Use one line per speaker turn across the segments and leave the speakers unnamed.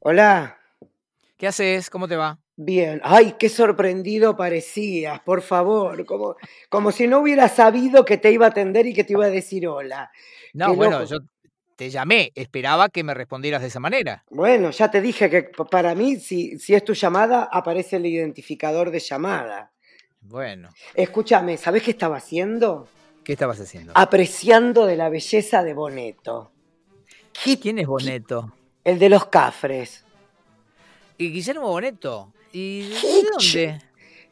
Hola,
¿Qué haces? ¿Cómo te va?
bien. Ay, qué sorprendido parecías, por favor. Como, como si no hubiera sabido que te iba a atender y que te iba a decir hola.
No,
Qué
bueno,
loco.
yo te llamé, esperaba que me respondieras de esa manera.
Bueno, ya te dije que p- para mí, si, si es tu llamada, aparece el identificador de llamada.
Bueno,
Escúchame, ¿sabés qué estaba haciendo?
¿qué estabas haciendo?
Apreciando de la belleza de Boneto. Qué-
¿Quién es Boneto?
El de los cafres.
¿Y Guillermo Boneto? ¿Y de
Qué
dónde?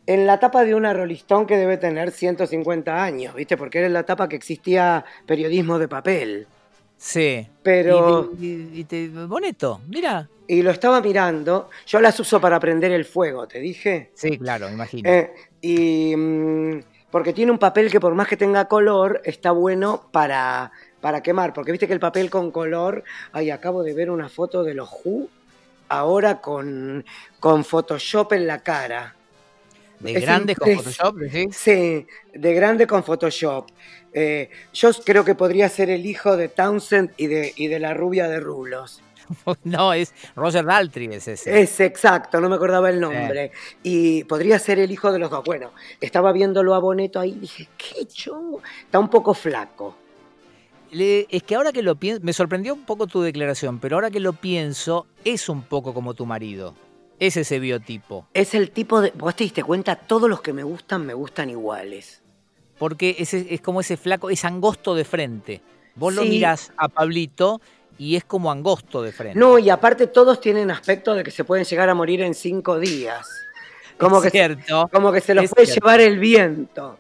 En la tapa de una rolistón que debe tener 150 años, ¿viste? Porque era en la tapa que existía periodismo de papel.
Sí.
Pero.
¿Y, de- y- y te- Boneto? Mira.
Y lo estaba mirando. Yo las uso para prender el fuego, te dije.
Sí, claro, imagino.
Eh, y. mm, porque tiene un papel que, por más que tenga color, está bueno para, para quemar. Porque viste que el papel con color. Ay, acabo de ver una foto de los Who ahora con, con Photoshop en la cara.
De
es
grandes con
impres-
Photoshop, decís.
Sí, de grande con Photoshop. Eh, yo creo que podría ser el hijo de Townsend y de, y de la rubia de rulos.
No, es Roger Daltrey, es ese.
Es exacto, no me acordaba el nombre. Y podría ser el hijo de los dos. Bueno, estaba viéndolo a Boneto ahí y dije, qué chongo. Está un poco flaco.
Le- es que ahora que lo pienso, me sorprendió un poco tu declaración, pero ahora que lo pienso, es un poco como tu marido. Es ese biotipo.
Es el tipo de... Vos te diste cuenta, todos los que me gustan, me gustan iguales.
Porque ese- es como ese flaco, es angosto de frente. Vos lo
Sí.
mirás a Pablito y es como angosto de frente.
No, y aparte todos tienen aspecto de que se pueden llegar a morir en cinco días. Como,
es
que, se-
cierto,
como que se los
es
puede
cierto.
llevar el viento.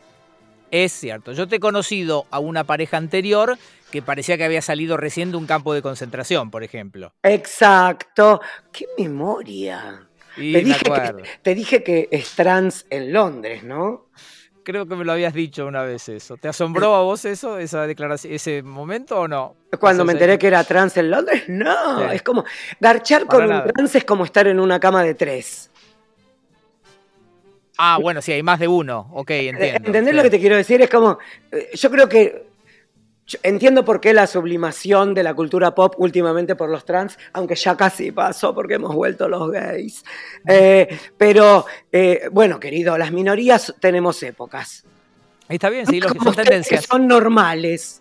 es cierto. Yo te he conocido a una pareja anterior que parecía que había salido recién de un campo de concentración, por ejemplo.
Exacto. ¡Qué memoria!
Y
Te
me
dije,
acuerdo.
que, te dije que es trans en Londres, ¿no?
Creo que me lo habías dicho una vez eso. ¿Te asombró a vos eso, esa declaración, ese momento o no?
Cuando
O sea,
me
esa-
enteré que era trans en Londres, no,
eh, Sí.
es como, garchar
Para
con un
nada.
trans es como estar en una cama de tres.
Ah, bueno, sí, hay más de uno. Ok, entiendo.
Eh, ¿Entendés lo que te quiero decir? Es como, eh, yo creo que, yo entiendo por qué la sublimación de la cultura pop últimamente por los trans, aunque ya casi pasó porque hemos vuelto los gays. Eh, pero, eh, bueno, querido, las minorías tenemos épocas.
Está bien, sí, lo que
Como
son
ustedes
tendencias.
que son normales.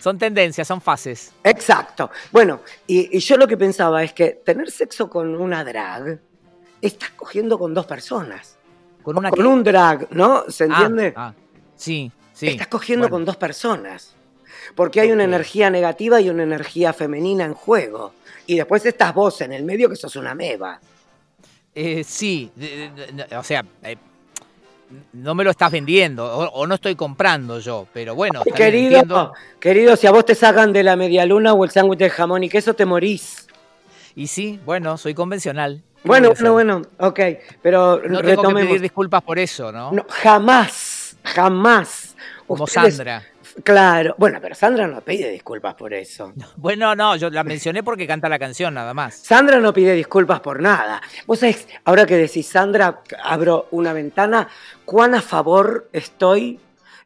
Son tendencias, son fases.
Exacto. Bueno, y, y yo lo que pensaba es que tener sexo con una drag, estás cogiendo con dos personas.
Con una
Con
que-
un drag, ¿no? ¿Se
Ah,
entiende?
ah, sí, sí.
estás cogiendo
bueno.
con dos personas. Porque hay una
Ok.
energía negativa y una energía femenina en juego. Y después estás vos en el medio que sos una meba.
Ah, Eh, sí, de- de- de- o sea, eh, no me lo estás vendiendo o, o no estoy comprando yo, pero bueno, está bien,
Querido,
entiendo.
querido, si a vos te sacan de la medialuna o el sándwich de jamón y queso, te morís.
Y sí, bueno, soy convencional. ¿Qué
Bueno,
voy a
bueno,
hacer?
bueno, ok. Pero
No tengo que
retomemos.
pedir disculpas por eso, ¿no?
No, jamás, jamás.
Como
Ustedes-
Sandra.
Claro, bueno, pero Sandra no pide disculpas por eso.
Bueno, no, yo la mencioné porque canta la canción nada más.
Sandra no pide disculpas por nada. Vos sabés, ahora que decís Sandra, abro una ventana, cuán a favor estoy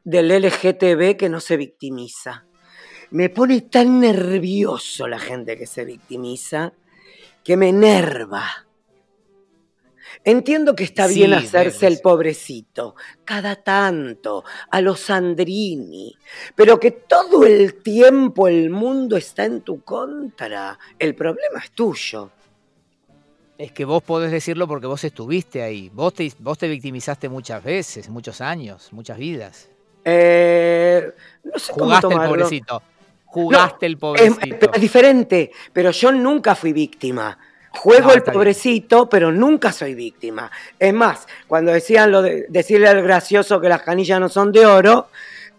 del LGTB que no se victimiza. Me pone tan nervioso la gente que se victimiza que me enerva. Entiendo que está bien
Sí,
hacerse
bueno,
el
sí.
pobrecito, cada tanto, a los Sandrini, pero que todo el tiempo el mundo está en tu contra. El problema es tuyo.
Es que vos podés decirlo porque vos estuviste ahí. Vos te, vos te victimizaste muchas veces, muchos años, muchas vidas.
Eh, no sé cómo
Jugaste el
tomarlo.
pobrecito. Jugaste el
Es,
pobrecito.
pero es diferente, pero yo nunca fui víctima. Juego
No,
el
está bien.
pobrecito, pero nunca soy víctima. Es más, cuando decían lo de decirle al gracioso que las canillas no son de oro,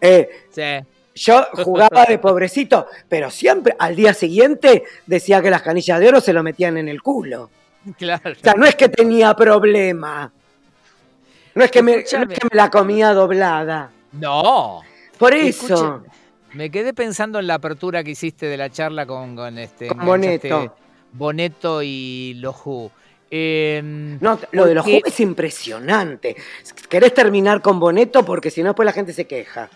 eh,
Sí.
Yo jugaba de pobrecito, pero siempre al día siguiente decía que las canillas de oro se lo metían en el culo.
Claro.
O sea, no es que tenía problema. No es que me, no es
Escúchame.
que me la comía doblada.
No.
Por
Escucha,
eso,
me quedé pensando en la apertura que hiciste de la charla con, con este
con
enganchaste
Boneto.
Boneto y Loju. Em,
No, lo de los
porque-
juegos es impresionante. Querés terminar con Boneto porque si no, después la gente se queja.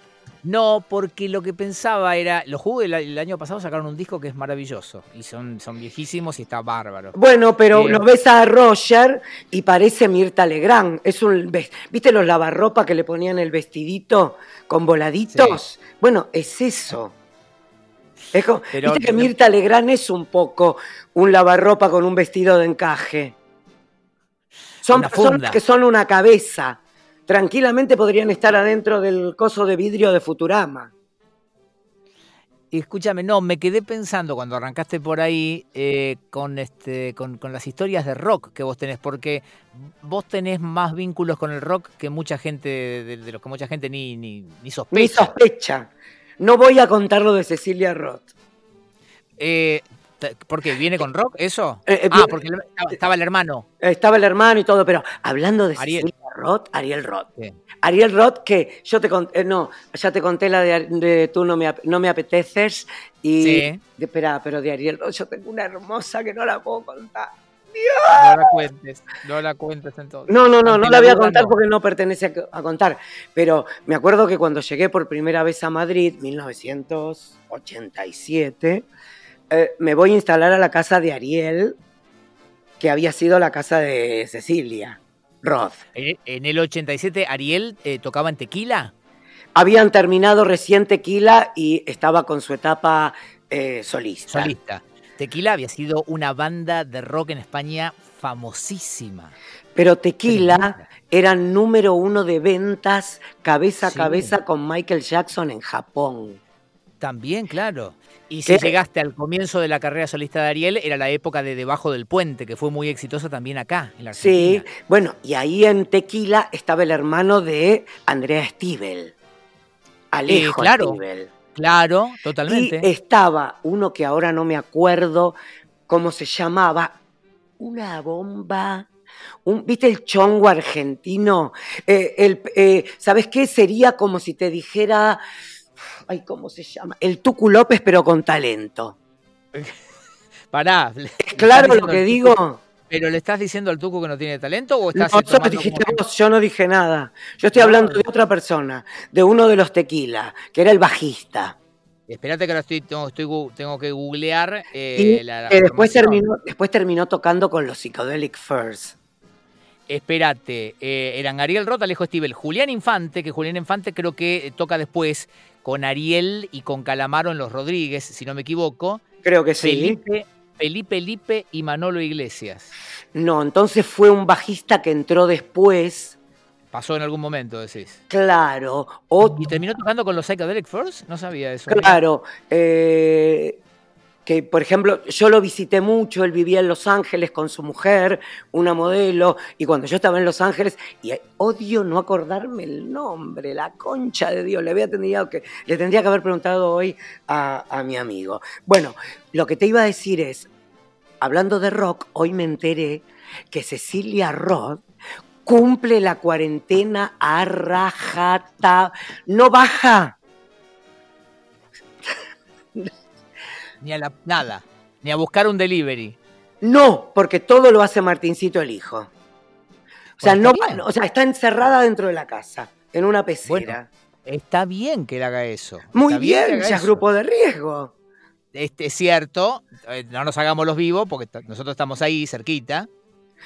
No, porque lo que pensaba era, los Who el, el año pasado sacaron un disco que es maravilloso y son, son viejísimos y está bárbaro.
Bueno, pero lo ves a Roger y parece Mirta Legrand. Es un ves- ¿Viste los lavarropa que le ponían el vestidito con voladitos? Bueno, es eso. Es como-
Pero-
Viste que Mirta Legrand es un poco un lavarropa con un vestido de encaje. Son
Una
personas
funda.
que son una cabeza. Tranquilamente podrían estar adentro del coso de vidrio de Futurama.
Y Escúchame, no, me quedé pensando cuando arrancaste por ahí eh, con, este, con, con las historias de rock que vos tenés, porque vos tenés más vínculos con el rock que mucha gente, de, de los que mucha gente ni, ni, ni
Mi
sospecha.
sospecha. No voy a contar lo de Cecilia Roth.
Eh, ta- ¿Por qué? ¿Viene con rock eso?
Eh, eh,
ah,
viene-
porque el- estaba, estaba el hermano.
Estaba el hermano y todo, pero hablando de
Ariel.
Cecilia Roth, Ariel Roth.
Sí.
Ariel Roth, que yo te conté, no, ya te conté la de, de tú no me, ap- no me apeteces. Y,
Sí.
de- Espera, pero de Ariel Roth yo tengo una hermosa que no la puedo contar.
No la cuentes, no la cuentes entonces.
No, no, no, no
Ante
la
la
voy a
duda,
contar
no.
porque no pertenece a, a contar. Pero me acuerdo que cuando llegué por primera vez a Madrid, 1987, eh, me voy a instalar a la casa de Ariel, que había sido la casa de Cecilia Roth.
En, en el 87, Ariel eh, tocaba en tequila.
Habían terminado recién Tequila y estaba con su etapa eh, solista.
Solista. Tequila había sido una banda de rock en España famosísima.
Pero Tequila
Tremenda.
era número uno de ventas cabeza a
Sí.
cabeza con Michael Jackson en Japón.
También, claro. Y si
Eh.
llegaste al comienzo de la carrera solista de Ariel, era la época de Debajo del Puente, que fue muy exitosa también acá, en la
Sí,
Argentina.
bueno, y ahí en Tequila estaba el hermano de Andrea Stivel, Alejo
Eh, claro,
Stivel.
Claro,
Y
totalmente.
estaba uno que ahora no me acuerdo cómo se llamaba, una bomba, un, ¿viste el chongo argentino? Eh, el, eh, ¿Sabes qué? Sería como si te dijera, ay, ¿cómo se llama? El Tucu López, pero con talento.
Pará.
¿Es claro lo
diciendo
que
al
digo?
Tucu- ¿Pero le estás diciendo al Tucu que no tiene talento o
No,
estás eh,
eso
tomando
dijiste
como que-
vos, yo no dije nada. Yo estoy hablando de otra persona, de uno de los tequila, que era el bajista.
Espérate que ahora estoy, tengo, estoy gu- tengo que googlear eh,
y
la, la
que después
formación.
terminó, después terminó tocando con los Psychedelic Furs.
Espérate, eh, eran Ariel Rota, Alejo Stivel, Julián Infante, que Julián Infante creo que eh, toca después con Ariel y con Calamaro en Los Rodríguez, si no me equivoco.
Creo que sí.
Felipe, Felipe Lipe y Manolo Iglesias.
No, entonces fue un bajista que entró después,
Pasó en algún momento, decís.
claro, o
¿Y terminó tocando con los Psychedelic First? No sabía eso.
Claro, eh, que por ejemplo, yo lo visité mucho, él vivía en Los Ángeles con su mujer, una modelo, y cuando yo estaba en Los Ángeles, y eh, odio no acordarme el nombre, la concha de Dios, le, había tenido que, le tendría que haber preguntado hoy a, a mi amigo. Bueno, lo que te iba a decir es, hablando de rock, hoy me enteré que Cecilia Roth cumple la cuarentena a rajata, no baja.
Ni a la, nada. Ni a buscar un delivery.
No, porque todo lo hace Martincito el hijo. O sea,
Bueno,
no,
está bien.
o sea, está encerrada dentro de la casa, en una pecera.
Está bien que él haga eso.
Muy
Está que
bien,
haga
ya es
eso.
grupo de riesgo.
Este, es cierto, eh, no nos hagamos los vivos porque t- nosotros estamos ahí cerquita.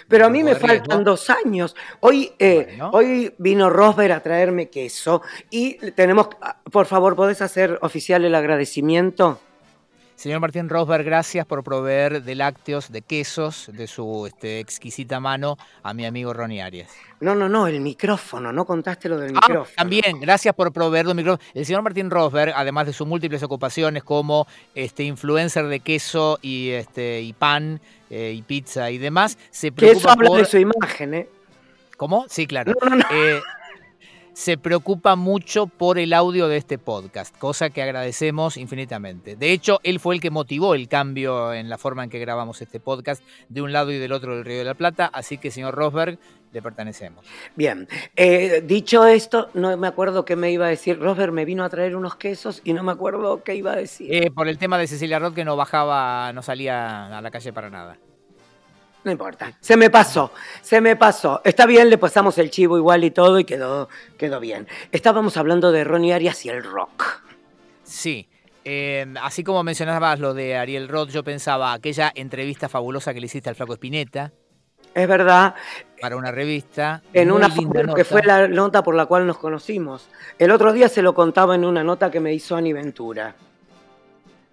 Pero a mí
Grupo
me
de riesgo.
faltan dos años. Hoy, eh,
Bueno.
hoy vino Rosberg a traerme queso y tenemos, ah, por favor, ¿podés hacer oficial el agradecimiento?
Señor Martín Rosberg, gracias por proveer de lácteos, de quesos, de su este, exquisita mano a mi amigo Ronnie Arias.
No, no, no, el micrófono, no contaste lo del
Ah,
micrófono.
también, gracias por proveer de un micrófono. El señor Martín Rosberg, además de sus múltiples ocupaciones como este, influencer de queso y, este, y pan eh, y pizza y demás, se
Que eso
preocupa
habla
por...
de su imagen, ¿eh?
¿Cómo? Sí, claro.
No, no, no.
Eh, se preocupa mucho por el audio de este podcast, cosa que agradecemos infinitamente. De hecho, él fue el que motivó el cambio en la forma en que grabamos este podcast de un lado y del otro del Río de la Plata, así que señor Rosberg, le pertenecemos.
Bien, eh, dicho esto, no me acuerdo qué me iba a decir. Rosberg me vino a traer unos quesos y no me acuerdo qué iba a decir.
Eh, por el tema de Cecilia Roth que no bajaba, no salía a la calle para nada.
No importa. Se me pasó, se me pasó. Está bien, le pasamos el chivo igual y todo y quedó, quedó bien. Estábamos hablando de Ronnie Arias y el rock.
Sí. Eh, así como mencionabas lo de Ariel Roth, yo pensaba aquella entrevista fabulosa que le hiciste al Flaco Espineta
Es verdad,
para una revista.
en
Muy
una
linda
forma
nota.
que fue la nota por la cual nos conocimos. El otro día se lo contaba en una nota que me hizo Ani Ventura.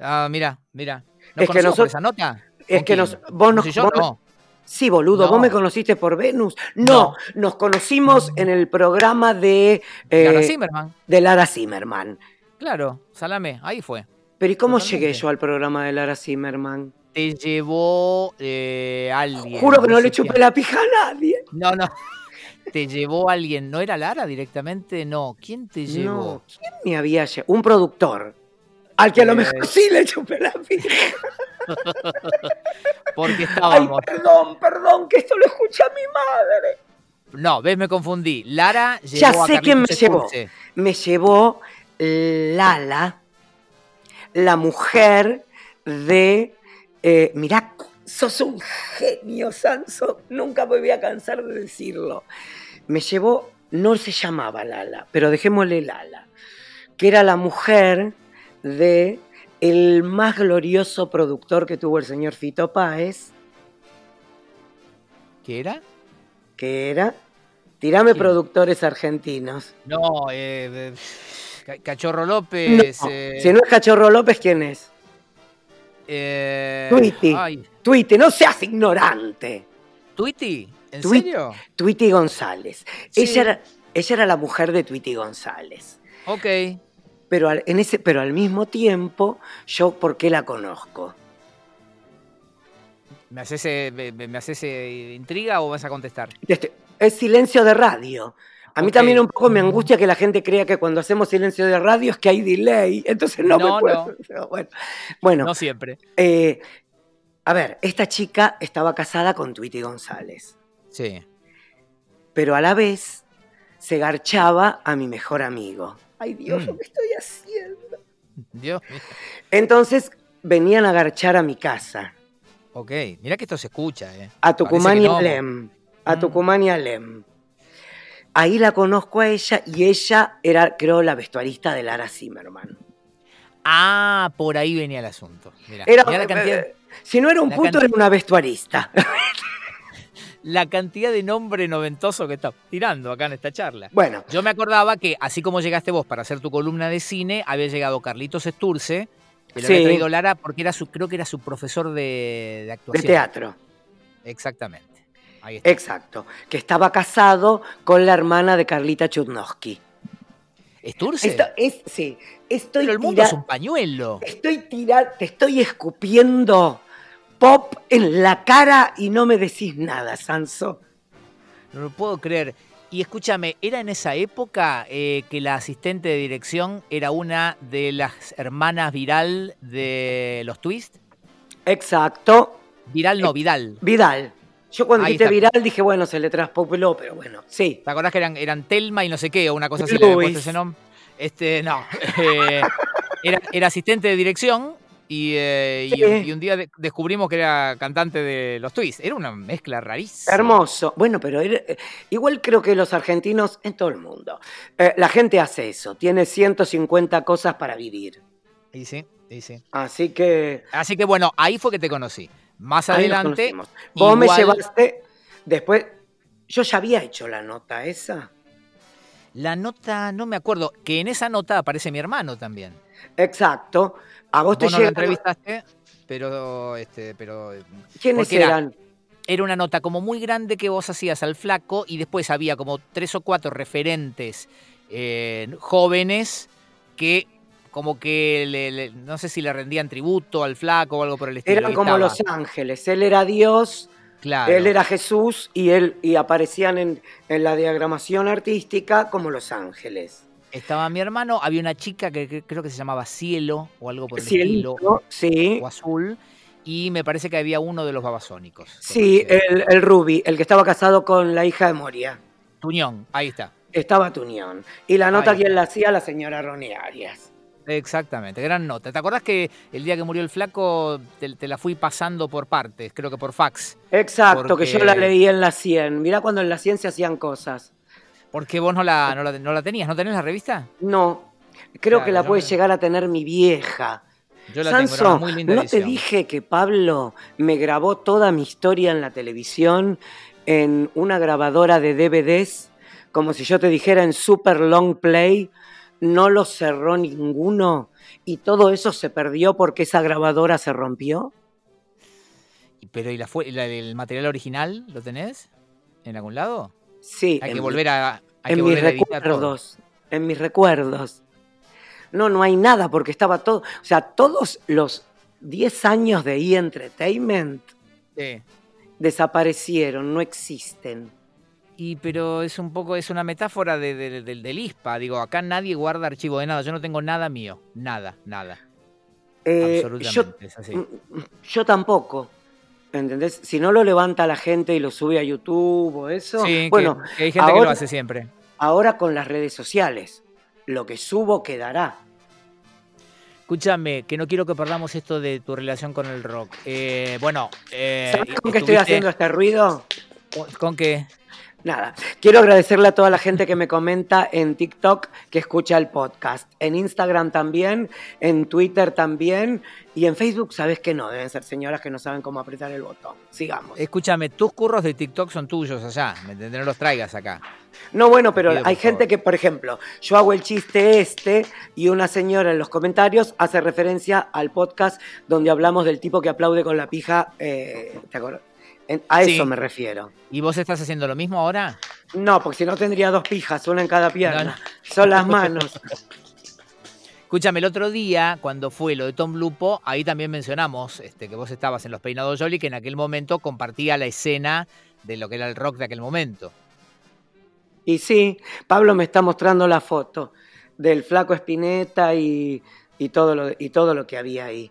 Ah, mira, mira. ¿No
Es que
conocíamos
nosotros-
esa nota?
es
¿Con
que
quién?
nos- vos nos-
¿Vos y yo?
vos nos-
no.
Sí, boludo,
No.
vos me conociste por Venus. No,
No.
nos conocimos en el programa de, eh,
Clara Zimmerman,
de Lara Zimmerman.
claro. Salame, ahí fue.
Pero ¿y cómo
Totalmente.
llegué yo al programa de Lara Zimmerman?
Te llevó eh, alguien.
Juro que no le
sé
chupé
quién.
la pija a nadie.
No, no. Te llevó alguien. ¿No era Lara directamente? No. ¿Quién te
No,
llevó?
¿quién me había llevado? Un productor. Al que a lo
Eh.
mejor sí le chupé la pija.
Porque
Ay,
estábamos.
perdón, perdón, que esto lo escucha mi madre.
No, ves, me confundí. Lara llevó
Ya
a
sé quién me
Carlitos
llevó.
Escurce.
me llevó Lala, la mujer de. eh, mirá, sos un genio, Sanso. Nunca me voy a cansar de decirlo. Me llevó, no se llamaba Lala, pero dejémosle Lala, que era la mujer de el más glorioso productor que tuvo el señor Fito Páez,
¿Qué era?
que era Tirame
¿Quién?
Productores Argentinos.
No, eh, eh, Cachorro López.
No,
eh,
Si no es Cachorro López, ¿quién es?
eh,
Tweety.
ay,
Tuite, no seas ignorante.
¿Tweety? ¿En
Tweet-
serio?
Tweety González.
Sí.
Ella, era, ella era la mujer de Tweety González.
Ok.
Pero al, en ese, pero al mismo tiempo, yo, ¿por qué la conozco?
¿Me haces, eh, me, me- me haces, eh, intriga o vas a contestar?
Este- es silencio de radio. A mí
Ok.
también un poco me angustia que la gente crea que cuando hacemos silencio de radio es que hay delay. Entonces no,
No,
me puedo. Bueno, bueno
No, siempre.
eh, a ver, esta chica estaba casada con Tweety González,
Sí.
pero a la vez se garchaba a mi mejor amigo. Ay
Dios, ¿lo que
estoy haciendo?
Dios. mío.
Entonces venían a garchar a mi casa,
Ok. Mirá que esto se escucha, ¿eh?
a Tucumán y
no.
a Lem. A
Mm.
Tucumán y a Lem. Ahí la conozco a ella y ella era, creo, la vestuarista de Lara Zimmerman.
Ah, por ahí venía el asunto. Mirá,
Era,
mirá la, cantidad,
eh, si no era un
la
puto,
cantidad-
era una vestuarista. eh.
la cantidad de nombre noventoso que está tirando acá en esta charla.
Bueno,
Yo me acordaba que, así como llegaste vos para hacer tu columna de cine, había llegado Carlitos Esturce, que lo
Sí.
había traído Lara porque era su, creo que era su profesor de, de
de
actuación.
teatro. Eh,
Exactamente. Ahí está.
Exacto. Que estaba casado con la hermana de Carlita Chudnowski.
Esturce.
Esto es, sí, estoy
Pero el mundo es
tira-
un pañuelo.
Estoy tirar, te estoy escupiendo pop en la cara y no me decís nada, Sanso.
No lo puedo creer. Y escúchame, era en esa época eh, que la asistente de dirección era una de las hermanas viral de los Twist.
Exacto.
Viral
Eh,
no, Vidal.
Vidal. Yo cuando
Ahí
dijiste
está.
viral dije, bueno, se le traspopuló, pero bueno, sí.
¿Te acordás que eran, eran Telma y no sé qué? o Una cosa así.
Luis.
le habían puesto ese nombre? Este, no. Eh, era, era asistente de dirección y, eh, y un,
Sí.
y un día de- descubrimos que era cantante de los Twist. Era una mezcla rarísima.
Hermoso. Bueno, pero era- eh, igual creo que los argentinos, en todo el mundo, eh, la gente hace eso, tiene 150 cosas para vivir.
Y sí, y sí.
Así que...
Así que bueno, ahí fue que te conocí. Más
ahí nos
adelante.
conocimos. Vos me
igual-
llevaste, después, yo ya había hecho la nota esa.
La nota, no me acuerdo, que en esa nota aparece mi hermano también.
Exacto. A vos,
Vos
te
no lo
llegaron...
entrevistaste, pero este, pero eh,
¿Quiénes
porque era-
eran?
era una nota como muy grande que vos hacías al flaco y después había como tres o cuatro referentes eh, jóvenes que como que le- le- no sé si le rendían tributo al flaco o algo por el estilo.
Eran
y
como
estaba,
los ángeles. Él era Dios,
claro,
él era Jesús y él y aparecían en, en la diagramación artística como los ángeles.
Estaba mi hermano, había una chica que, que creo que se llamaba Cielo o algo por el
Cielito,
estilo
sí,
o Azul y me parece que había uno de los babasónicos. me
sí, eh,
parece.
el, el Ruby, el que estaba casado con la hija de Moria.
Tuñón, ahí está.
Estaba Tunión. Y la nota,
Ahí
quien
está.
la hacía? La señora Ronnie Arias.
Exactamente, gran nota. ¿Te acordás que el día que murió el flaco te, te la fui pasando por partes, creo que por fax?
Exacto, porque... que yo la leí en la 100. Mirá cuando en la 100 se hacían cosas.
Porque vos no la, no la, no la tenías, ¿no tenés la revista?
No, creo claro, que la puede me... llegar a tener mi vieja. Yo la Sanso, tengo, muy linda ¿no edición. te dije que Pablo me grabó toda mi historia en la televisión en una grabadora de DVDs? Como si yo te dijera en super long play no lo cerró ninguno y todo eso se perdió porque esa grabadora se rompió.
Pero ¿y la, la el material original lo tenés en algún lado?
Sí.
Hay que volver a... Hay
en
que
mis recuerdos, en mis recuerdos. No, no hay nada porque estaba todo... O sea, todos los 10 años de E E-Entertainment sí. desaparecieron, no existen.
Y pero es un poco, es una metáfora de, de, de, del ISPA. Digo, acá nadie guarda archivo de nada. Yo no tengo nada mío. Nada, nada.
Eh, Absolutamente. Yo, es así. yo tampoco. ¿Entendés? Si no lo levanta la gente y lo sube a YouTube o eso.
Sí,
bueno,
que, hay gente ahora, que lo hace siempre.
Ahora con las redes sociales. Lo que subo quedará.
Escúchame, que no quiero que perdamos esto de tu relación con el rock. Eh, bueno, eh,
¿sabes con qué estoy haciendo este ruido?
¿Con qué?
Nada, quiero agradecerle a toda la gente que me comenta en TikTok que escucha el podcast, en Instagram también, en Twitter también y en Facebook, sabes que no, deben ser señoras que no saben cómo apretar el botón. Sigamos.
Escúchame, tus curros de TikTok son tuyos allá, ¿me entendés? No los traigas acá.
No, bueno, pero hay gente que, por ejemplo, yo hago el chiste este y una señora en los comentarios hace referencia al podcast donde hablamos del tipo que aplaude con la pija, eh, ¿te acuerdas? a eso sí. me refiero.
¿Y vos estás haciendo lo mismo ahora?
No, porque si no tendría dos pijas, una en cada pierna. No, no. Son las manos.
Escúchame, el otro día, cuando fue lo de Tom Lupo, ahí también mencionamos este, que vos estabas en los peinados Jolly, que en aquel momento compartía la escena de lo que era el rock de aquel momento.
Y sí, Pablo me está mostrando la foto del flaco Espineta y, y, todo, lo, y todo lo que había ahí,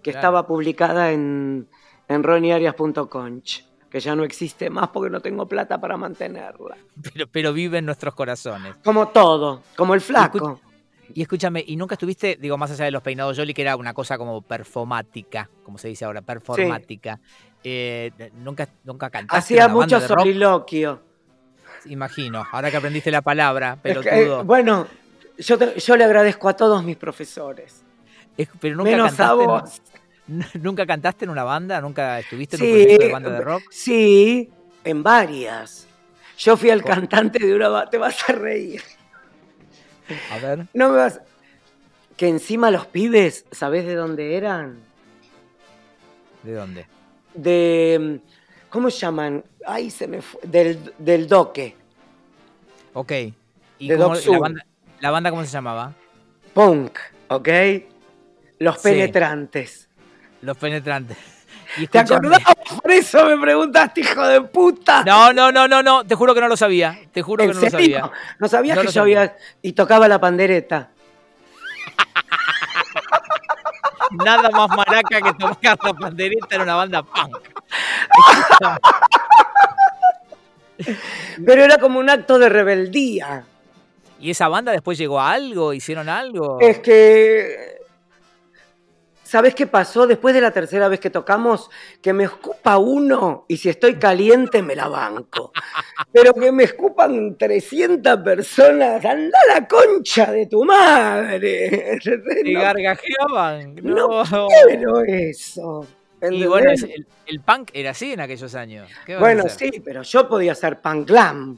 que claro. estaba publicada en, en roniarias.conch, que ya no existe más porque no tengo plata para mantenerla.
Pero, pero vive en nuestros corazones.
Como todo, como el flaco.
Y, escúchame, ¿y nunca estuviste, digo, más allá de los peinados Jolly, que era una cosa como performática, como se dice ahora, performática? Sí. Eh, ¿Nunca, nunca cantaste?
Hacía mucho soliloquio.
Imagino, ahora que aprendiste la palabra, pelotudo.
Eh, bueno, yo, te, yo le agradezco a todos mis profesores.
Es, pero nunca Menos cantaste, a vos. No. ¿Nunca cantaste en una banda? ¿Nunca estuviste en sí, un proyecto de banda de rock?
Sí, en varias. Yo fui
Oh.
el ¿Cómo? cantante de una banda. Te vas a reír.
A ver.
No me vas. Que encima los pibes, ¿sabés de dónde eran?
¿De dónde?
De. ¿Cómo se llaman? Ay, se me fue. Del, del Doque.
Ok. ¿Y de cómo, la, banda, la, banda, cómo se llamaba?
Punk, ¿ok? Los penetrantes. Sí.
Los penetrantes.
Y ¿Te acordás? Por eso me preguntaste, hijo de puta.
No, no, no, no, no. Te juro que no lo sabía. Te juro que no serio? lo sabía.
No sabías no que yo sabía. había. Y tocaba la pandereta.
Nada más maraca que tocar la pandereta en una banda punk.
Pero era como un acto de rebeldía.
¿Y esa banda después llegó a algo? ¿Hicieron algo?
Es que ¿Sabes qué pasó después de la tercera vez que tocamos? Que me escupa uno y si estoy caliente me la banco. Pero que me escupan 300 personas, anda la concha de tu madre.
Te no, gargajeaban. No,
no, quiero eso.
¿entendés? Y bueno, el, el, punk era así en aquellos años.
¿Qué bueno, sí, pero yo podía ser punk glam.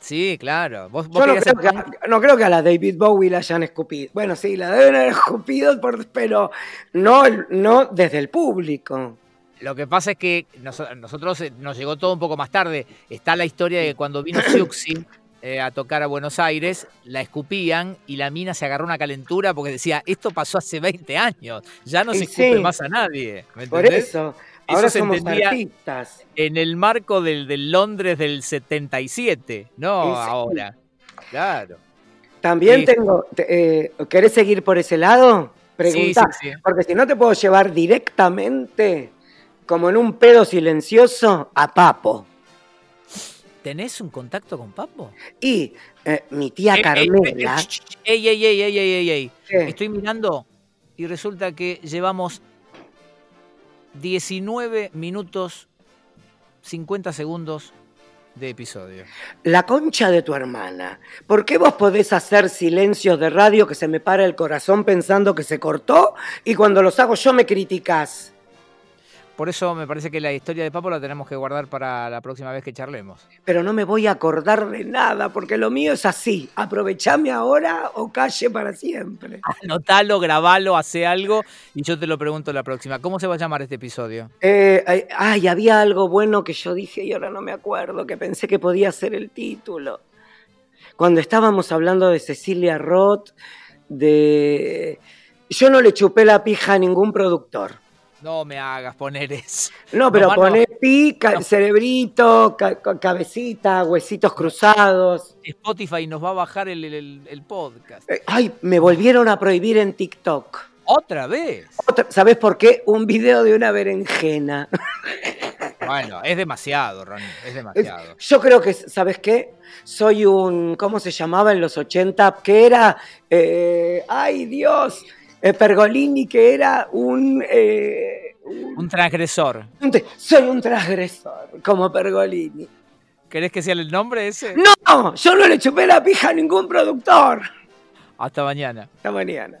Sí, claro. ¿Vos,
vos Yo no creo, que, no creo, que, a la David Bowie la hayan escupido. Bueno, sí, la deben haber escupido, por, pero no, no desde el público.
Lo que pasa es que nos, nosotros eh, nos llegó todo un poco más tarde. Está la historia de cuando vino Siuxi eh, a tocar a Buenos Aires, la escupían y la mina se agarró una calentura porque decía, esto pasó hace 20 años, ya no se escupe sí, más a nadie. ¿me
por eso. Eso Ahora se somos artistas.
En el marco del, del, Londres del 77, no sí. ahora. Claro.
También sí. tengo. Eh, ¿Querés seguir por ese lado? Pregunta. Sí, porque si no te puedo llevar directamente, como en un pedo silencioso, a Papo.
¿Tenés un contacto con Papo?
Y eh, mi tía Carmela. eh,
ey, ey, ey, ey, ey, ey. ey, ey
¿Qué?
Estoy mirando y resulta que llevamos 19 minutos 50 segundos de episodio.
La concha de tu hermana. ¿Por qué vos podés hacer silencios de radio que se me para el corazón pensando que se cortó y cuando los hago yo me criticás?
Por eso me parece que la historia de Papo la tenemos que guardar para la próxima vez que charlemos.
Pero no me voy a acordar de nada porque lo mío es así. Aprovechame ahora o calle para siempre.
Ah. Anotalo, grabalo, hace algo y yo te lo pregunto la próxima. ¿Cómo se va a llamar este episodio?
Eh, ay, ay, había algo bueno que yo dije y ahora no me acuerdo, que pensé que podía ser el título. Cuando estábamos hablando de Cecilia Roth, de... Yo no le chupé la pija a ningún productor.
No me hagas poner eso.
No, pero
Nomás no.
poné pica,
No.
cerebrito, ca- ca- cabecita, huesitos cruzados.
Spotify nos va a bajar el, el- el podcast.
Eh, Ay, me volvieron a prohibir en TikTok.
¿Otra vez?
Otra- ¿Sabés por qué? Un video de una berenjena.
Bueno, es demasiado, Ronnie, es demasiado.
Yo creo que, ¿sabes qué? Soy un, ¿cómo se llamaba en los 80? Que era, eh, ay Dios, eh, Pergolini, que era un, eh, un-
Un transgresor.
un te- soy un transgresor, como Pergolini.
¿Querés que sea el nombre ese?
No, yo no le chupé la pija a ningún productor.
Hasta mañana.
Hasta mañana.